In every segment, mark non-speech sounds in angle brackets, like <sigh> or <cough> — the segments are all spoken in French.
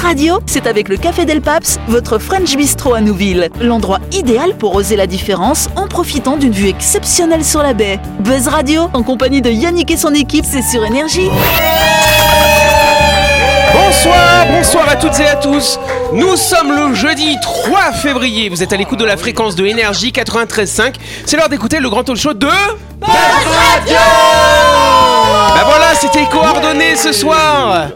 radio, c'est avec le Café Del Paps, votre French Bistro à Nouville. L'endroit idéal pour oser la différence en profitant d'une vue exceptionnelle sur la baie. Buzz Radio, en compagnie de Yannick et son équipe, c'est sur Énergie. Bonsoir, bonsoir à toutes et à tous. Nous sommes le jeudi 3 février. Vous êtes à l'écoute de la fréquence de Énergie 93.5. C'est l'heure d'écouter le grand talk show de. Buzz Radio Bah voilà, c'était coordonné ce soir.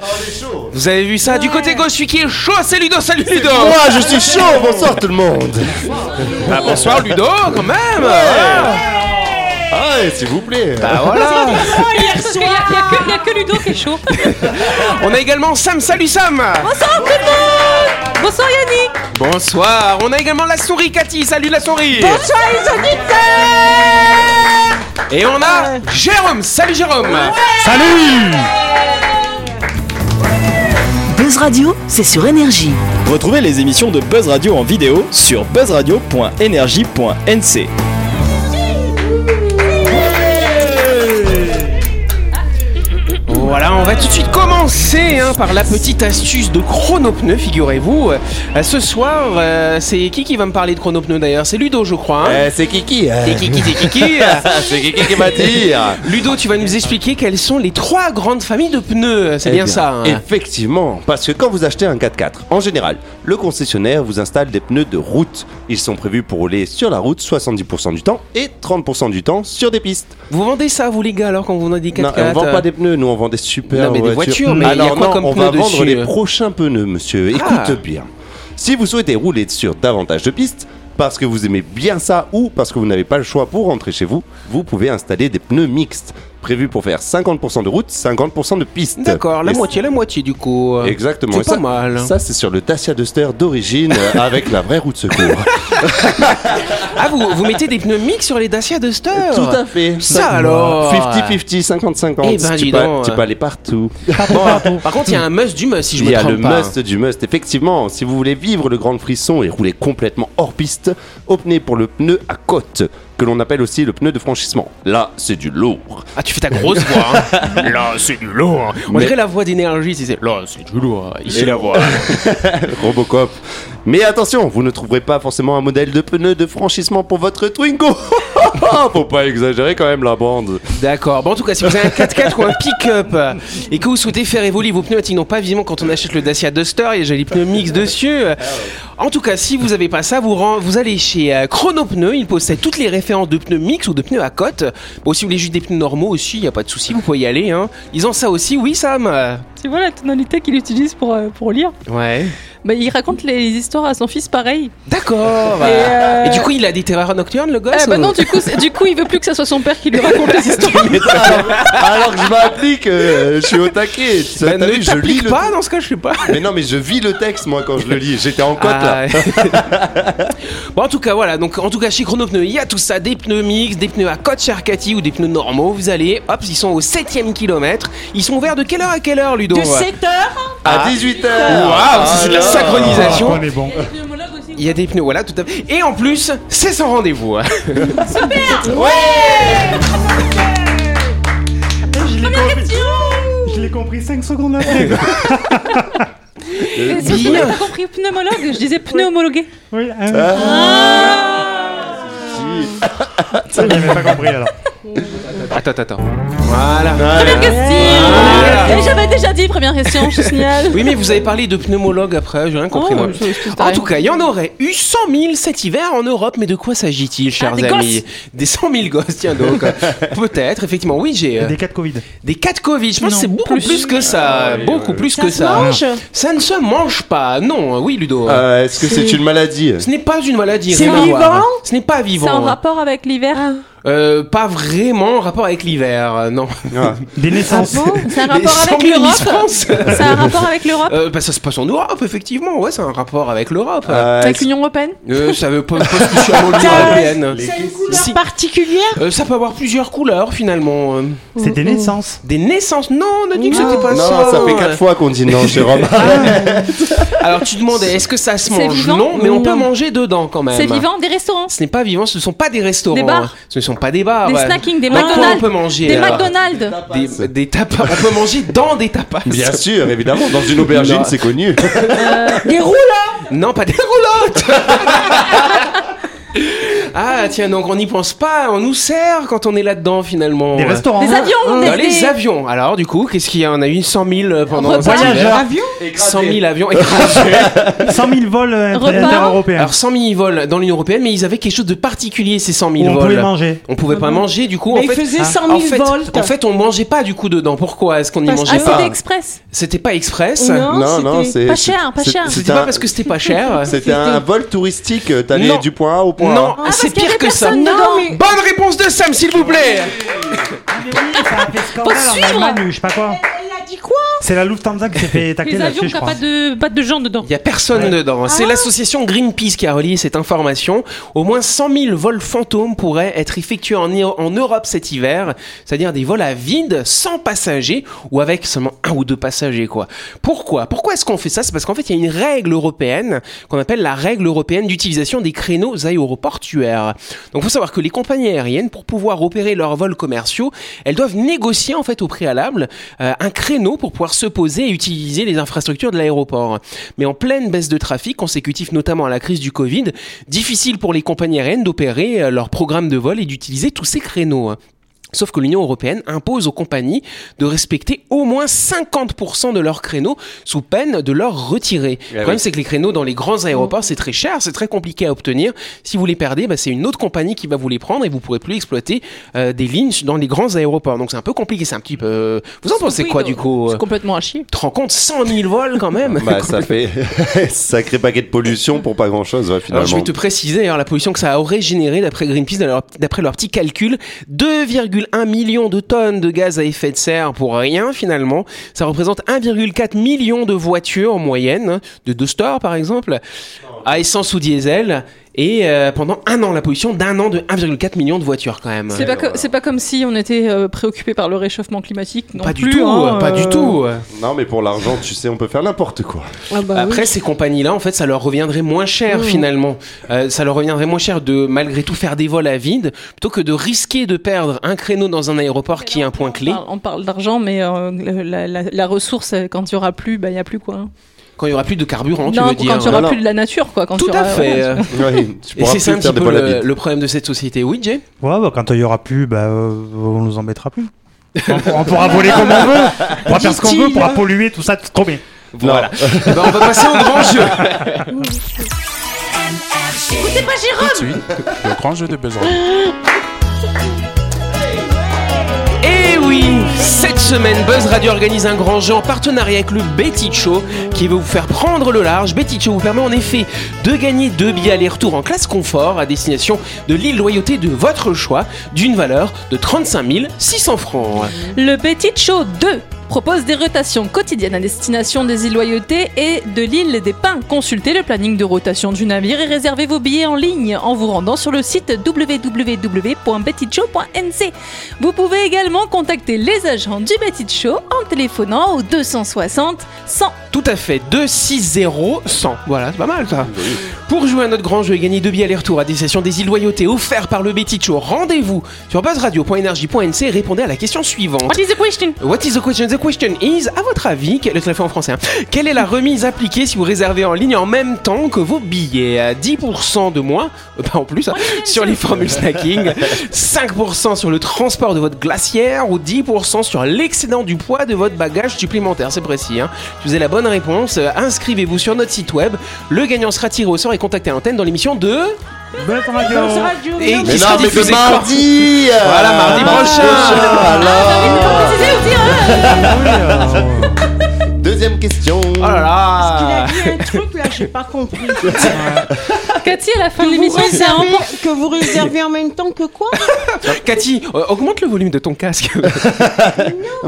Vous avez vu ça Du côté gauche, celui qui est chaud, c'est Ludo. Salut Ludo Moi, je suis chaud, bonsoir tout le monde. Bah bonsoir Ludo, quand même Ah ouais, s'il vous plaît. Bah voilà Parce qu'il y a- Oh, il y a que- il y a que Ludo qui est chaud. On a également Sam, salut Sam Bonsoir tout le monde Bonsoir Yannick Bonsoir On a également la souris Cathy, salut la souris Bonsoir les auditeurs Et on a Jérôme, salut Jérôme Salut Buzz Radio, c'est sur Énergie. Retrouvez les émissions de Buzz Radio en vidéo sur buzzradio.energie.nc. Voilà, on va tout de suite commencer hein, par la petite astuce de chronopneu, figurez-vous. Euh, ce soir, euh, c'est qui qui va me parler de chronopneu d'ailleurs C'est Ludo, je crois. hein. Eh c'est Kiki. Ah, C'est Kiki, c'est Kiki. <laughs> C'est Kiki qui m'a dit. Ludo, tu vas nous expliquer quelles sont les trois grandes familles de pneus. C'est Eh bien, ça. hein. Effectivement, parce que quand vous achetez un 4x4, en général, le concessionnaire vous installe des pneus de route. Ils sont prévus pour rouler sur la route 70% du temps et 30% du temps sur des pistes. Vous vendez ça, vous les gars, alors quand vous vendez des 4x4 non, on vend euh, pas des pneus, nous on vend des super Non, mais des voitures, mais il y a Alors quoi non, comme on pneus va vendre dessus, euh les prochains pneus, monsieur. Ah. Écoute bien. Si vous souhaitez rouler sur davantage de pistes, parce que vous aimez bien ça ou parce que vous n'avez pas le choix pour rentrer chez vous, vous pouvez installer des pneus mixtes, prévus pour faire 50% de route, 50% de piste. D'accord, la Et moitié, la moitié du coup. Exactement. C'est Et pas ça, mal. Ça, c'est sur le Dacia Duster <laughs> d'origine euh, avec la vraie roue de secours. Ah, vous, vous mettez des pneus mix sur les Dacia Duster Tout à fait. Ça, alors. 50-50, 50-50. Eh ben, dis tu, peux, donc. tu peux aller partout. Bon, par contre, il y a un must du must, si je Il me y a trompe le pas. must du must. Effectivement, si vous voulez vivre le grand frisson et rouler complètement hors piste, optez pour le pneu à côte, que l'on appelle aussi le pneu de franchissement. Là, c'est <laughs> du lourd. Ah, tu fais ta grosse voix. hein. <laughs> Là, c'est du lourd. On Mais- dirait la voix d'énergie. si C'est là, c'est du lourd. E. Ici, la voix. Robocop. Mais attention, vous ne trouverez pas forcément un modèle de pneu de franchissement pour votre Twingo. <laughs> Faut pas exagérer quand même la bande. D'accord. Bon, en tout cas, si vous avez un 4x4 ou un pick-up euh, et que vous souhaitez faire évoluer vos pneus, à non pas vivement quand on achète le Dacia Duster, il y a joli pneus mix dessus. Ah Euh, En tout cas, si vous avez pas ça, vous, ren- vous allez chez euh, Chrono Pneus. Ils possèdent toutes les références de pneus mix ou de pneus à côte. Bon, si vous voulez juste des pneus normaux aussi, il n'y a pas de souci, vous pouvez y aller. hein. Ils ont ça aussi, oui, Sam euh, Tu vois la tonalité qu'il utilise pour, euh, pour lire Ouais. bah, Il raconte les histoires à son fils pareil. D'accord. Et, euh, Bah, Et du coup, il a des terreurs nocturnes, le gosse ah, bah ou- non, du coup, c'est- du coup, il veut plus que ça soit son père qui Euh, lui raconte les histoires. <laughs> Alors que je m'applique, euh, je suis au taquet. Ça, Bah, t'as ne vu, je lis t'applique le- pas dans ce cas, je sais pas. Mais non, mais je vis le texte moi quand je le lis. J'étais en cote là. Ah. <laughs> bon, en tout cas, voilà. Donc, en tout cas, chez Chrono Pneus, il y a tout ça des pneus mix, des pneus à côte chez Arcati ou des pneus normaux. Vous allez, hop, ils sont au 7ème kilomètre. Ils sont ouverts de quelle heure à quelle heure, Ludo À 18h. ah. Waouh, c'est de la synchronisation. on est bon. Il y a des pneus, voilà, tout à fait. Et en plus, c'est sans rendez-vous. hein. Je l'ai compris 5 secondes après. Et sauf que T'as compris pneumologue Je disais pneumologué. Oui, euh, Ah. ça, j'avais pas compris alors. Attends, attends, attends. Voilà. Première question Voilà. Et J'avais déjà dit première question, je signale. Oui, mais vous avez parlé de pneumologue après, j'ai rien compris. Oh, moi. je- je- je- En tout cas, il y en aurait eu 100 000 cet hiver en Europe, mais de quoi s'agit-il, chers Ah, des amis Des 100 000 gosses, tiens donc. Peut-être, effectivement, oui, j'ai euh, Des cas de Covid. des 4 Covid. Je pense que c'est beaucoup plus, que Ah ça. beaucoup plus que ça. Ça ne se mange pas. Non, oui, Ludo. Euh, Est-ce que c'est une maladie Ce n'est pas une maladie. C'est rien à voir. vivant Ce n'est pas C'est en vivant. rapport avec l'hiver Euh, pas vraiment en rapport avec l'hiver, euh, non. Ah. Des naissances. C'est un Les rapport 100 avec 000 Miss l'Europe France C'est un rapport avec l'Europe Euh, bah, ça se passe en Europe, effectivement. Ouais, c'est un rapport avec l'Europe. Euh, Avec l'Union Européenne Euh, ça veut pas, pas spécialement l'Union européenne. Si. particulière Euh, ça peut avoir plusieurs couleurs finalement. Euh, C'est des naissances. Des naissances Non, on a dit que Non. c'était pas Non, ça. ça fait 4 fois qu'on dit <laughs> non, Jérôme. Alors tu demandais, est-ce que ça se C'est mange vivant Non, mais on peut Non. manger dedans quand même. C'est vivant, des restaurants Ce n'est pas vivant, ce ne sont pas des restaurants. hein. Des bars Ce ne sont sont pas des bars. Des ouais. snacking, des Dans quoi On McDonald's. peut manger. Des alors McDonald's. Des, des tapas. On peut manger dans des tapas. Bien sûr, évidemment, dans une aubergine, Non. c'est connu. Non, pas des roulottes. <laughs> Ah tiens donc on n'y pense pas, on nous sert quand on est là-dedans finalement. Des restaurants. Des avions. Dans Ah, Des les des- avions. Alors du coup qu'est-ce qu'il y a On a eu 100 000 euh, pendant Repas. cet hiver. Avions 100 000 avions écrasés. 100 000 vols euh, Repas. inter-européens. Alors 100 000 vols dans l'Union européenne, mais ils avaient quelque chose de particulier ces 100 Où 000 on vols. pouvait manger. On pouvait Ah pas manger du coup. Mais en ils fait, faisaient Ah. 100 000 en fait, volts. En fait, on mangeait pas du coup dedans. Pourquoi est-ce qu'on n'y Parce- mangeait Ah, pas c'était express. C'était pas express. Non, non, c'était- c'est. Pas cher, pas c'est- cher. C'était C'était pas un, parce que c'était pas <laughs> cher. c'était un vol touristique. euh, T'allais Non. du point A au point Non, Ah, c'est parce qu'il y pire avait que ça. personne dedans. mais- Bonne réponse de Sam, s'il vous plaît. Faut en suivre. Allemagne je sais pas quoi. Elle a dit quoi C'est la Lufthansa qui s'est <laughs> fait tacler Les avions là-dessus, qui je n'ont crois. pas de, pas de gens dedans. Il y a personne dedans. C'est l'association Greenpeace qui a relié cette information. Au moins 100 000 vols fantômes pourraient être effectués en, Iro- en Europe cet hiver, c'est-à-dire des vols à vide, sans passagers ou avec seulement un ou deux passagers. quoi. Pourquoi Pourquoi est-ce qu'on fait ça C'est parce qu'en fait, il y a une règle européenne qu'on appelle la règle européenne d'utilisation des créneaux aéroportuaires. Donc, il faut savoir que les compagnies aériennes, pour pouvoir opérer leurs vols commerciaux, elles doivent négocier en fait au préalable euh, un créneau pour pouvoir se poser et utiliser les infrastructures de l'aéroport. Mais en pleine baisse de trafic, consécutif notamment à la crise du Covid, difficile pour les compagnies aériennes d'opérer euh, leur programme de vol et d'utiliser tous ces créneaux. Sauf que l'Union européenne impose aux compagnies de respecter au moins 50% de leurs créneaux sous peine de leur retirer. le problème, c'est que les créneaux dans les grands aéroports, c'est très cher, c'est très compliqué à obtenir. Si vous les perdez, bah, c'est une autre compagnie qui va vous les prendre et vous pourrez plus exploiter euh, des lignes dans les grands aéroports. Donc c'est un peu compliqué, c'est un petit peu... euh, Vous en pensez quoi du coup euh? C'est complètement à chier. Tu te rends compte 100 000 vols quand même <laughs> Bah, ça fait <laughs> sacré paquet de pollution pour pas grand chose, finalement. Alors, je vais te préciser alors, la pollution que ça aurait généré d'après Greenpeace, dans leur- d'après leur petit calcul, 2,1 millions de tonnes de gaz à effet de serre pour rien finalement. Ça représente 1,4 million de voitures en moyenne, hein, de deux stores par exemple, à essence ou diesel. Et euh, pendant un an, la pollution d'un an de 1,4 million de voitures quand même. C'est pas, que- c'est pas comme si on était euh, préoccupé par le réchauffement climatique. Non Pas du plus, tout, hein, pas euh, du tout. Non, mais pour l'argent, tu sais, on peut faire <laughs> n'importe quoi. Ah bah oui. Après, ces compagnies-là, en fait, ça leur reviendrait moins cher Mmh. finalement. Euh, ça leur reviendrait moins cher de malgré tout faire des vols à vide plutôt que de risquer de perdre un créneau dans un aéroport qui est un point On clé. parle, on parle d'argent, mais euh, la, la- la ressource, euh, quand il y aura plus, bah, il y a plus quoi. hein. Quand il y aura plus de carburant, tu veux non, quand dire il y aura Non, plus non. de la nature, quoi. Quand Tout il y à aura- fait. ouais, Oui, tu Et pourras c'est ça un plus petit faire des peu vols à le, vide. le problème de cette société. Oui, Jay Ouais, bah, quand il y aura plus, bah, euh, on nous embêtera plus. on, on pourra voler comme on veut, on pourra faire ce qu'on veut, on pourra polluer, tout ça, c'est trop bien. Voilà. Eh ben, on va passer au grand jeu. Le grand jeu de besoin. Et Eh oui, cette semaine, Buzz Radio organise un grand jeu en partenariat avec le Betty Show qui va vous faire prendre le large. Betty Show vous permet en effet de gagner deux billets aller-retour en classe confort à destination de l'île Loyauté de votre choix d'une valeur de 35 600 francs. Le Petit Show 2 propose des rotations quotidiennes à destination des îles Loyauté et de l'île des Pins. Consultez le planning de rotation du navire et réservez vos billets en ligne en vous rendant sur le site www.petitshow.nc. Vous pouvez également contacter les agents du Petit Show en téléphonant au 260 100. Tout à fait, 2, 6, 0, 100. Voilà, c'est pas mal ça. Pour jouer à notre grand jeu et gagner deux billets aller-retour à destination des îles Loyauté offerts par le Betty Show, rendez-vous sur buzzradio.energie.nc et répondez à la question suivante. What is the question What is the question? The question is, à votre avis, quel- le téléphone en français, hein, quelle est la remise appliquée si vous réservez en ligne en même temps que vos billets Euh, à 10% de moins, euh, pas en plus, hein, sur les formules snacking, 5% sur le transport de votre glacière ou 10% sur l'excédent du poids de votre bagage supplémentaire, c'est précis. Hein. Si vous avez la bonne réponse, euh, inscrivez-vous sur notre site web. Le gagnant sera tiré au sort et contacté à l'antenne dans l'émission de... Buzz Radio. Et qui Mais non, sera mais diffusé de quand mardi euh, Voilà, mardi prochain. alors. Ah oui, euh, Deuxième question. Oh là Il là a dit un truc là, j'ai pas <laughs> compris. <laughs> Cathy, à la fin Que de vous l'émission, c'est un réservez- Que vous réservez en même temps que quoi Cathy, euh, augmente le volume de ton casque. Ah,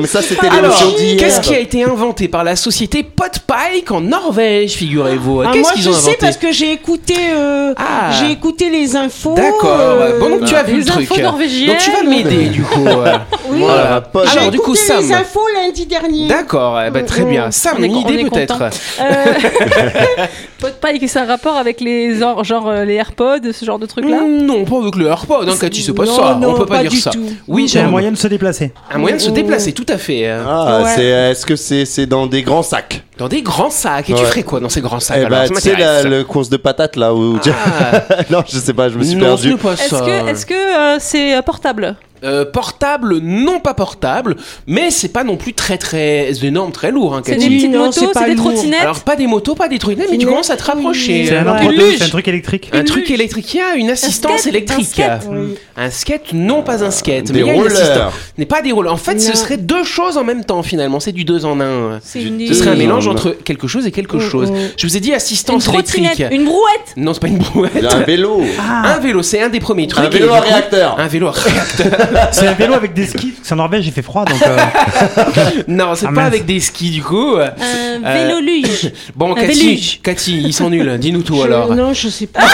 Mais ça, c'était Alors, l'émotion d'hier. qu'est-ce qui a été inventé par la société Potpike en Norvège, figurez-vous Ah, Bah, Qu'est-ce Moi, qu'ils je ont sais inventé parce que j'ai écouté, euh, Ah. j'ai écouté les infos. D'accord, euh, bon, donc tu as vu le Les truc. infos norvégiennes. Donc tu vas m'aider, du <laughs> coup. euh. Oui. Voilà. Voilà, pas- J'ai Alors, du écouté coup, les Sam. infos lundi dernier. D'accord, eh ben, très bien. Sam, On est une con- on idée <laughs> est peut-être content. Pot Pie, c'est un rapport avec les, or- genre, genre euh, les AirPods, ce genre de trucs-là Mm, Non, pas avec le AirPod, hein, Cathy, c'est pas ça. on peut pas, dire ça. Oui, j'ai J'ai un moyen de se déplacer. un moyen de se déplacer, tout à fait. euh, Ah, Ouais. c'est, est-ce que c'est c'est dans des grands sacs Dans des grands sacs. Et tu Ouais. ferais quoi dans ces grands sacs Eh alors bah, Ça tu sais, la, m'intéresse. le course de patates là où. Ah, non, je sais pas, <laughs> je me suis non, ce perdu. n'est pas Est-ce ça. que est-ce que, euh, c'est euh, portable Euh, portable, non pas portable, mais c'est pas non plus très très énorme, très lourd. Hein, C'est Cathy. des petites non, motos, c'est c'est pas des lourd. trottinettes Alors pas des motos, pas des trucs, mais tu Une- commences à te rapprocher. C'est euh, un Ouais. entre Une deux, luge. c'est un truc électrique. Un Une truc luge. électrique, il y a une assistance skate, électrique. un skate. Oui. Un skate, non pas un skate. mais Des il y a une assistance. rollers. Ce n'est pas des rollers. En fait, ce Non. serait deux choses en même temps finalement. C'est du deux en un. C'est Ce une, Ce serait un Deux mélange en un. entre quelque chose et quelque chose. Je vous ai dit une assistance trottinette, électrique. une brouette. Non, c'est pas une Il y brouette. a un vélo. Un vélo, c'est un des premiers trucs. Un vélo Et à du coup, réacteur. Un vélo à réacteur. C'est un vélo avec des skis. C'est en Norvège, il fait froid donc. <laughs> euh, Non, c'est Ah, pas mince. avec des skis du coup. Un Euh, vélo luge. <laughs> Bon, Un Cathy, déluge. Cathy, ils <laughs> sont nuls. hein, Dis-nous tout Je- alors. Non, je sais pas. <laughs>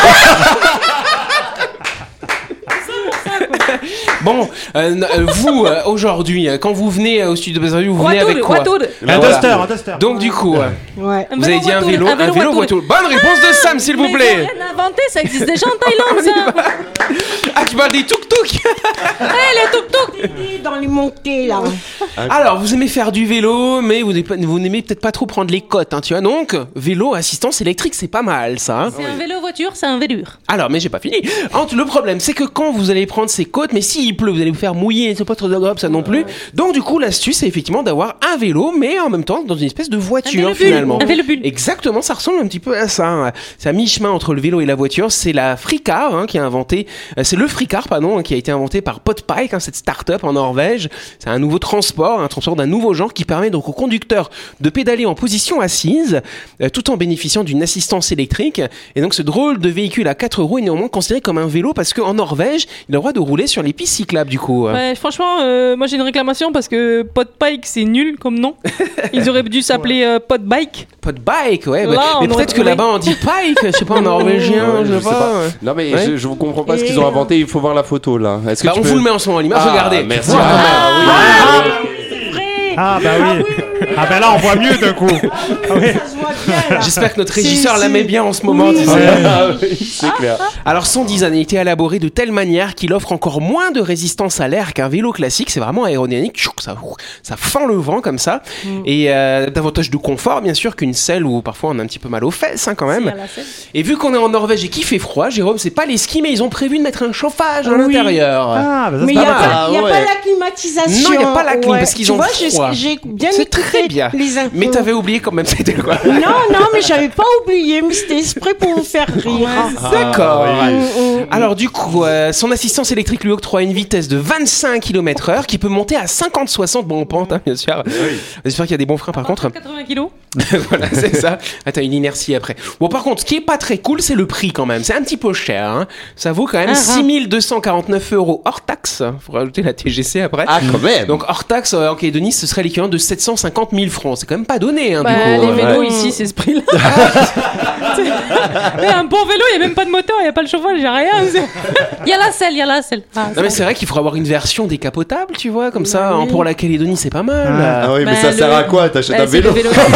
Bon, euh, n- euh, vous euh, aujourd'hui, euh, quand vous venez euh, au studio de Buzz Radio, vous venez avec quoi Un Voilà. duster, un duster. Donc du coup, euh, Ouais. vous avez dit un vélo, un vélo, Ah, voiture. Bonne réponse de Sam, s'il vous plaît. <laughs> rien inventé, ça existe déjà en Thaïlande, ça. Ah, tu parles des tuk-tuk Allez, les tuk-tuk. Dans les montées, là. Alors, vous aimez faire du vélo, mais vous n'aimez pas- vous n'aimez peut-être pas trop prendre les côtes, hein, tu vois. Donc, vélo, assistance électrique, c'est pas mal, ça. hein. C'est un vélo voiture, c'est un vélure. Alors, mais j'ai pas fini. Entre- le problème, c'est que quand vous allez prendre ces côtes, mais s'il pleut, vous allez vous faire mouiller, c'est pas trop agréable, ça non plus. Donc, du coup, l'astuce, c'est effectivement d'avoir un vélo, mais en même temps, dans une espèce de voiture, vélo bulle. finalement. Un vélo bulle. Exactement, ça ressemble un petit peu à ça. hein. C'est à mi-chemin entre le vélo et la voiture. C'est la Fricard hein, qui a inventé, euh, c'est le Fricard, pardon, hein, qui a été inventé par Podpike, hein, cette start-up en Norvège. C'est un nouveau transport, un transport d'un nouveau genre qui permet donc au conducteur de pédaler en position assise euh, tout en bénéficiant d'une assistance électrique. Et donc ce drôle de véhicule à 4 roues est néanmoins considéré comme un vélo parce qu'en Norvège, il a le droit de rouler sur les pistes cyclables du coup. hein. Ouais, franchement, euh, moi j'ai une réclamation parce que Podpike c'est nul <laughs> comme nom. Ils auraient dû s'appeler euh, Podbike. Podbike, ouais. Là, bah, on mais aurait peut-être que trouvé. là-bas on dit pike, je sais pas en norvégien, Ouais, je sais pas. ouais. Non, mais Ouais. je, je vous comprends pas ce qu'ils Et- ont inventé. Il faut voir la photo là. Est-ce que Bah, tu on peux- vous le met en ce moment à l'image, Ah, regardez. Merci. Voilà. Ah, oui. Ah bah oui. Ah bah là on voit mieux d'un coup. <laughs> Ah Ça se voit bien, là. J'espère que notre Ah. Si, régisseur si. la met bien en ce moment. Oui. tu sais. Ouais. Ah oui, c'est clair. Alors son design a été élaboré de telle manière qu'il offre encore moins de résistance à l'air qu'un vélo classique. C'est vraiment aérodynamique. Chou, Ça, ouh, ça fend le vent comme ça. Et euh, davantage de confort, bien sûr, qu'une selle où parfois on a un petit peu mal aux fesses hein, quand même. Et vu qu'on est en Norvège et qu'il fait froid, Jérôme, c'est pas les skis, mais ils ont prévu de mettre un chauffage à Oui. l'intérieur. Ah bah ça Mais c'est il n'y pas a, mal. Ah pas, y a ouais. pas la climatisation. Non, y a pas la clim, parce qu'ils Tu ont vois, j'ai- froid. J'ai bien C'est écouté très bien. Les infos. Mais <laughs> t'avais oublié quand même, <laughs> c'était quoi Non, non, mais j'avais pas oublié, mais c'était exprès pour vous <laughs> faire rire. Ah, D'accord. Mm, mm. Alors du coup, euh, son assistance électrique lui octroie une vitesse de 25 km/h qui peut monter à 50-60, bon en pente hein, bien sûr. J'espère qu'il y a des bons freins par contre. 80 kilos. <laughs> voilà, c'est ça. Ah, t'as une inertie après. Bon par contre, ce qui est pas très cool, c'est le prix quand même. C'est un petit peu cher. hein. Ça vaut quand même Ah, ah. 6249 euros hors taxe. Faut rajouter la TGC après. Ah, quand même. Donc hors taxe, euh, en Calédonie, ce serait l'équivalent de 750 000 francs. C'est quand même pas donné. Hein, du Bah, coup, les euh, vélos ouais. ici, c'est <laughs> ce prix-là. <laughs> C'est- mais un bon vélo, il n'y a même pas de moteur, il n'y a pas le chauffage, il n'y <laughs> a rien. Il y a la selle, il y a la selle. Ah, Non mais c'est vrai qu'il faudra avoir une version décapotable, tu vois, comme ça, hein, pour la Calédonie, c'est pas mal. Ah oui, mais Bah, ça le- sert à quoi T'achètes Bah, un c'est le vélo <laughs> vélo.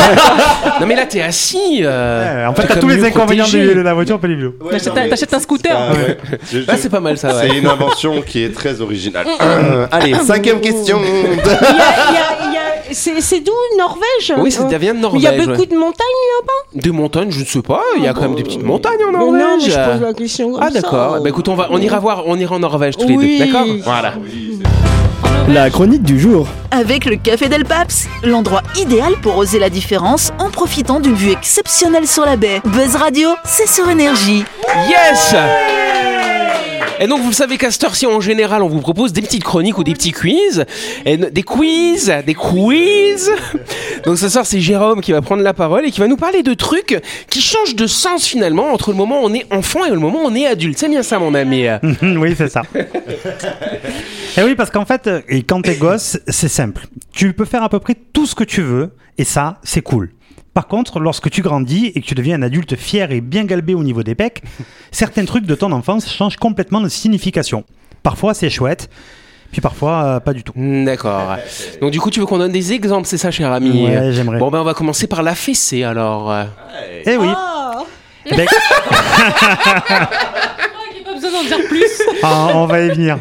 Non mais là t'es assis. euh, Ouais, En fait, t'es t'as tous comme les mieux inconvénients protégé. de de la voiture, pas les vélos. Ouais, T'achètes non, un- mais- T'achètes un scooter. Ah, ouais. Je- je- Là c'est pas mal ça. Ouais. C'est une invention qui est <coughs> très originale. Euh, Allez, <laughs> cinquième question. Il y a- il y a- il y a- C'est c'est d'où Norvège ah. Euh, Oui, ça vient de Il Norvège. y a beaucoup ouais. de montagnes Des montagnes, je ne sais pas. Il y a quand même des petites montagnes en Mais Non, mais Norvège. je pose la question comme Ah ça. d'accord. Bah <laughs> écoute, on va, on ira voir, on ira en Norvège tous Oui. les deux, d'accord Voilà. La chronique du jour. Avec le Café Del Paps, l'endroit idéal pour oser la différence en profitant d'une vue exceptionnelle sur la baie. Buzz Radio, c'est sur énergie. Yes et donc vous le savez, Castor, si en général on vous propose des petites chroniques ou des petits quiz, et n- des quiz, des quiz. Donc ce soir c'est Jérôme qui va prendre la parole et qui va nous parler de trucs qui changent de sens finalement entre le moment où on est enfant et le moment où on est adulte. C'est bien ça mon ami. <laughs> oui, c'est ça. et oui, parce qu'en fait, euh, et quand t'es gosse, c'est simple. Tu peux faire à peu près tout ce que tu veux, et ça, c'est cool. Par contre, lorsque tu grandis et que tu deviens un adulte fier et bien galbé au niveau des pecs, certains trucs de ton enfance changent complètement de signification. Parfois, c'est chouette, puis parfois, euh, pas du tout. Hmm, D'accord. Donc du coup tu veux qu'on donne des exemples, c'est ça cher ami Ouais, j'aimerais. Bon ben on va commencer par la fessée alors. Eh oui. Ah. Ben, Il n'y a pas besoin d'en <laughs> dire plus. Ah, on va y venir.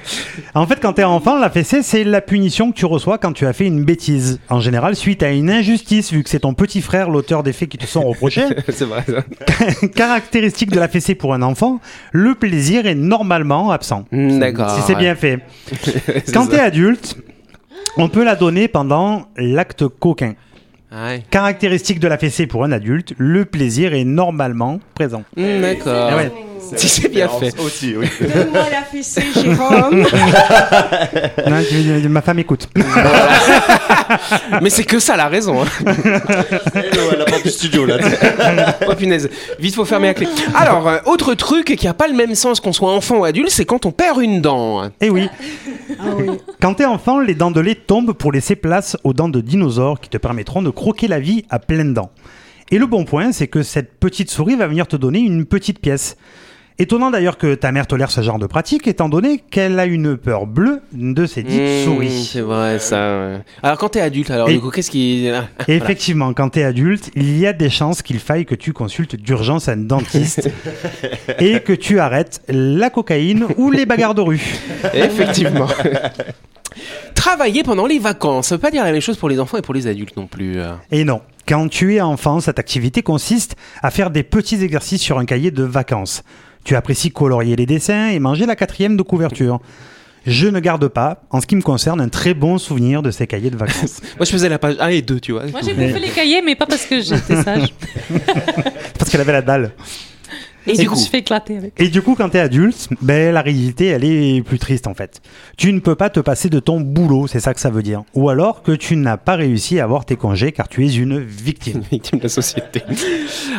En fait, quand t'es enfant, la fessée, c'est la punition que tu reçois quand tu as fait une bêtise. En général, suite à une injustice, vu que c'est ton petit frère l'auteur des faits qui te sont reprochés. <laughs> C'est vrai. ça. <laughs> Caractéristique de la fessée pour un enfant, le plaisir est normalement absent. Mm, D'accord. Si c'est bien fait. <laughs> C'est Quand ça. t'es adulte, on peut la donner pendant l'acte coquin. Ouais. Caractéristique de la fessée pour un adulte, le plaisir est normalement présent. Mm, D'accord. Eh ouais. Si c'est bien fait. Aussi, oui. Donne-moi la fessée, Jérôme. Euh, Non, tu- ma femme écoute. Mais c'est que ça la raison. hein. à la porte du <laughs> studio, là. Oh punaise, vite faut fermer la clé. Alors, euh, autre truc qui a pas le même sens qu'on soit enfant ou adulte, c'est quand on perd une dent. Eh oui. Quand t'es enfant, les dents de lait tombent pour laisser place aux dents de dinosaures qui te permettront de croquer la vie à pleines dents. Et le bon point, c'est que cette petite souris va venir te donner une petite pièce. Étonnant d'ailleurs que ta mère tolère ce genre de pratique, étant donné qu'elle a une peur bleue de ces dites Mmh, souris. C'est vrai ça. ouais. Alors quand t'es adulte, alors Et- du coup, qu'est-ce qui. Ah, Et effectivement, quand t'es adulte, il y a des chances qu'il faille que tu consultes d'urgence un dentiste <laughs> et que tu arrêtes la cocaïne ou les bagarres de rue. Effectivement. Travailler pendant les vacances, ça veut pas dire la même chose pour les enfants et pour les adultes non plus. euh. Et non. Quand tu es enfant, cette activité consiste à faire des petits exercices sur un cahier de vacances. Tu apprécies colorier les dessins et manger la quatrième de couverture. Je ne garde pas, en ce qui me concerne, un très bon souvenir de ces cahiers de vacances. Moi je faisais la page 1 et 2, tu vois. Moi, j'ai bouffé les cahiers, mais pas parce que j'étais <laughs> sage. Parce qu'elle avait la dalle. Et du du coup, coup- je me suis fait éclater avec. Et du coup, quand t'es adulte, ben, la réalité, elle est plus triste en fait. Tu ne peux pas te passer de ton boulot, c'est ça que ça veut dire. Ou alors que tu n'as pas réussi à avoir tes congés car tu es une victime. Victime de la société.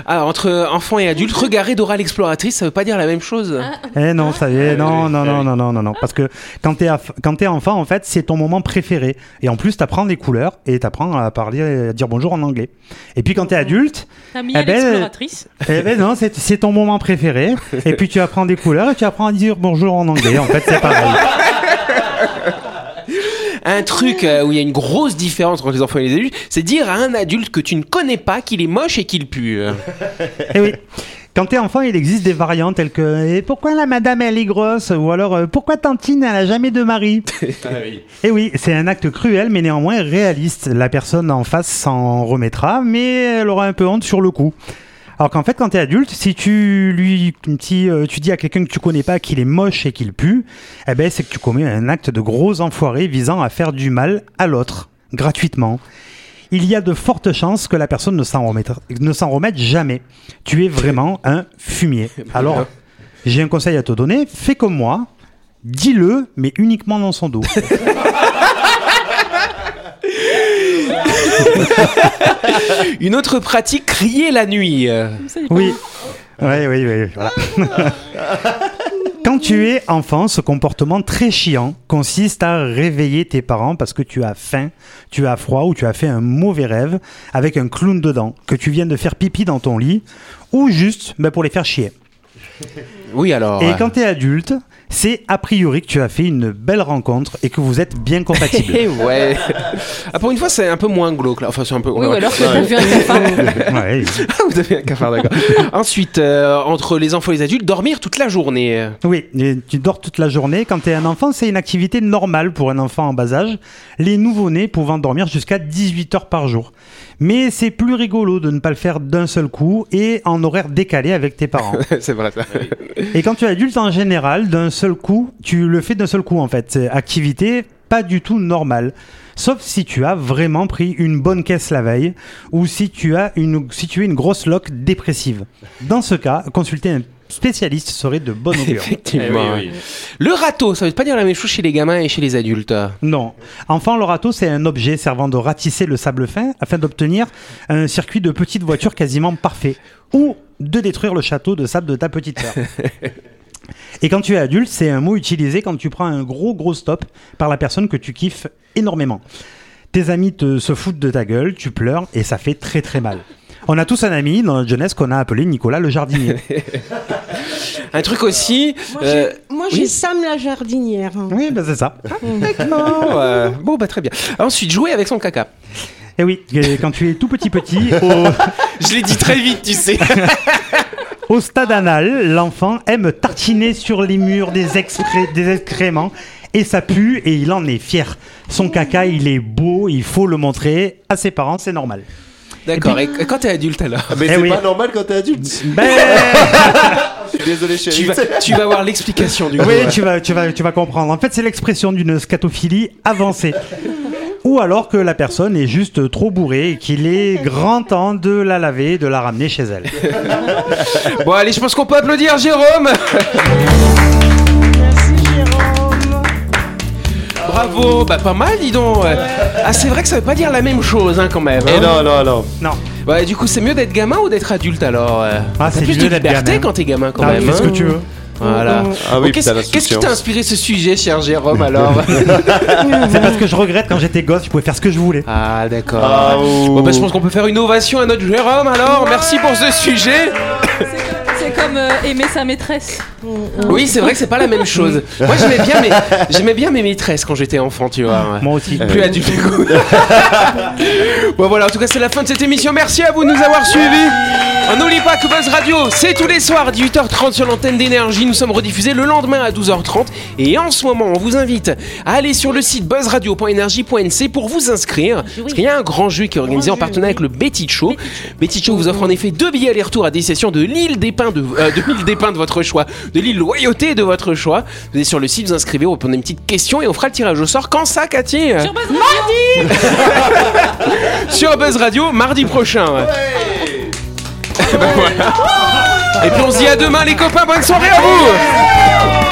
Alors entre enfant et adulte, regarder Dora l'exploratrice, ça veut pas dire la même chose. Eh non, ça y est, non, non, non, non, non, non, non. Parce que quand t'es, aff- quand t'es enfant, en fait, c'est ton moment préféré. Et en plus, t'apprends les couleurs et t'apprends à parler, à dire bonjour en anglais. Et puis quand t'es adulte, T'as mis Eh ben, l'exploratrice. euh, eh ben non, c'est, c'est ton moment préféré. Et puis tu apprends des couleurs et tu apprends à dire bonjour en anglais. En fait, c'est pareil. Un truc euh, où il y a une grosse différence entre les enfants et les adultes, c'est dire à un adulte que tu ne connais pas qu'il est moche et qu'il pue. euh. Eh oui. Quand t'es enfant, il existe des variantes telles que et pourquoi la madame elle est grosse ou alors euh, pourquoi Tantine elle a jamais de mari. Eh oui, c'est un acte cruel mais néanmoins réaliste. La personne en face s'en remettra mais elle aura un peu honte sur le coup. Alors qu'en fait, quand t'es adulte, si tu lui, si euh, tu dis à quelqu'un que tu connais pas qu'il est moche et qu'il pue, eh ben c'est que tu commets un acte de gros enfoiré visant à faire du mal à l'autre gratuitement. Il y a de fortes chances que la personne ne s'en remette, ne s'en remette jamais. Tu es vraiment un fumier. Alors, j'ai un conseil à te donner. Fais comme moi. Dis-le, mais uniquement dans son dos. Une autre pratique, crier la nuit. euh. Comme ça, il est Oui. Oui, oui, oui. Voilà. Quand tu es enfant, ce comportement très chiant consiste à réveiller tes parents parce que tu as faim, tu as froid ou tu as fait un mauvais rêve avec un clown dedans, que tu viennes de faire pipi dans ton lit ou juste ben, pour les faire chier. Oui alors. Et euh. quand t'es adulte, c'est a priori que tu as fait une belle rencontre et que vous êtes bien <laughs> compatibles. Eh ouais. Ah, pour une fois, c'est un peu moins glauque là. Enfin, c'est un peu. Oui, ou alors que Ouais. t'as vu un <laughs> cafard. Euh, Ouais. <laughs> Ah, vous avez un cafard, d'accord. <laughs> Ensuite, euh, entre les enfants et les adultes, dormir toute la journée. Oui, et tu dors toute la journée. Quand t'es un enfant, c'est une activité normale pour un enfant en bas âge, les nouveau-nés pouvant dormir jusqu'à 18 heures par jour. Mais c'est plus rigolo de ne pas le faire d'un seul coup et en horaire décalé avec tes parents. <laughs> c'est vrai ça. Et quand tu es adulte en général, d'un seul coup, tu le fais d'un seul coup en fait. C'est Activité pas du tout normale. Sauf si tu as vraiment pris une bonne caisse la veille ou si tu as une, si tu es une grosse loque dépressive. Dans ce cas, consulter un spécialiste serait de bonne augure. Effectivement. Eh Le râteau, ça veut pas dire la même chose chez les gamins et chez les adultes. Non. Enfin, le râteau, c'est un objet servant de ratisser le sable fin afin d'obtenir un circuit de petite voiture quasiment parfait. Ou de détruire le château de sable de ta petite sœur. Et quand tu es adulte, c'est un mot utilisé quand tu prends un gros gros stop par la personne que tu kiffes énormément. Tes amis te, se foutent de ta gueule, tu pleures et ça fait très très mal. On a tous un ami dans notre jeunesse qu'on a appelé Nicolas le jardinier. Un truc aussi. Moi, euh, j'ai- Moi, j'ai Sam la jardinière. hein. Oui, ben c'est ça. <laughs> non, euh, Bon, bah très bien. Ensuite, jouer avec son caca. Eh Et oui, quand tu es tout petit petit, au, Je l'ai dit très vite, tu sais. Au stade anal, l'enfant aime tartiner sur les murs des, excré- des excréments et ça pue et il en est fier. Son caca, il est beau, il faut le montrer à ses parents, c'est normal. <laughs> D'accord, et quand t'es adulte alors Mais Eh c'est oui. pas normal quand t'es adulte. Ben, Je suis désolé, chérie. tu vas, tu vas voir l'explication du coup. <laughs> Oui, tu vas, tu, vas, tu vas comprendre. En fait, c'est l'expression d'une scatophilie avancée. Ou alors que la personne est juste trop bourrée et qu'il est grand temps de la laver et de la ramener chez elle. Bon, allez, je pense qu'on peut applaudir Jérôme Merci Jérôme. Bravo Bah, pas mal, dis donc Ah, c'est vrai que ça veut pas dire la même chose hein, quand même. Et hein. Eh non, non, non. Non. Ouais, du coup, c'est mieux d'être gamin ou d'être adulte alors euh. T'as Ah, c'est plus mieux de d'être liberté gamin. quand t'es gamin quand Ah, même. fais ce hein. que tu veux. Voilà. Ah oui, Bon, Oh, qu'est-ce, putain, qu'est-ce qui l'insouciance. t'a inspiré ce sujet, cher Jérôme <laughs> alors C'est parce que je regrette quand j'étais gosse, je pouvais faire ce que je voulais. Ah, d'accord. Ah, ouh. Bon, bah, je pense qu'on peut faire une ovation à notre Jérôme alors. Merci pour ce sujet. C'est comme euh, aimer sa maîtresse. Oui, c'est vrai que c'est pas la même chose. Moi, j'aimais bien mes, j'aimais bien mes maîtresses quand j'étais enfant, tu vois. ouais. Moi aussi. Plus adulte, du coup. Euh, <laughs> bon, voilà, en tout cas, c'est la fin de cette émission. Merci à vous de nous avoir suivis. On n'oublie pas que Buzz Radio, c'est tous les soirs, 18h30 sur l'antenne d'énergie. Nous sommes rediffusés le lendemain à 12h30. Et en ce moment, on vous invite à aller sur le site buzzradio.energie.nc pour vous inscrire. Parce qu'il y a un grand jeu qui est organisé en partenariat avec le Betty Show. Betty Show vous offre en effet deux billets aller-retour à des sessions de l'île des pins de, euh, de l'île des pins de votre choix, de l'île Loyauté de votre choix. Vous allez sur le site, vous inscrivez, vous répondez à une petite question et on fera le tirage au sort. Quand ça, Cathy Sur Buzz Radio. sur Buzz Radio mardi prochain. ouais. Eh <laughs> ben voilà. Et puis on se dit à demain les copains, bonne soirée à vous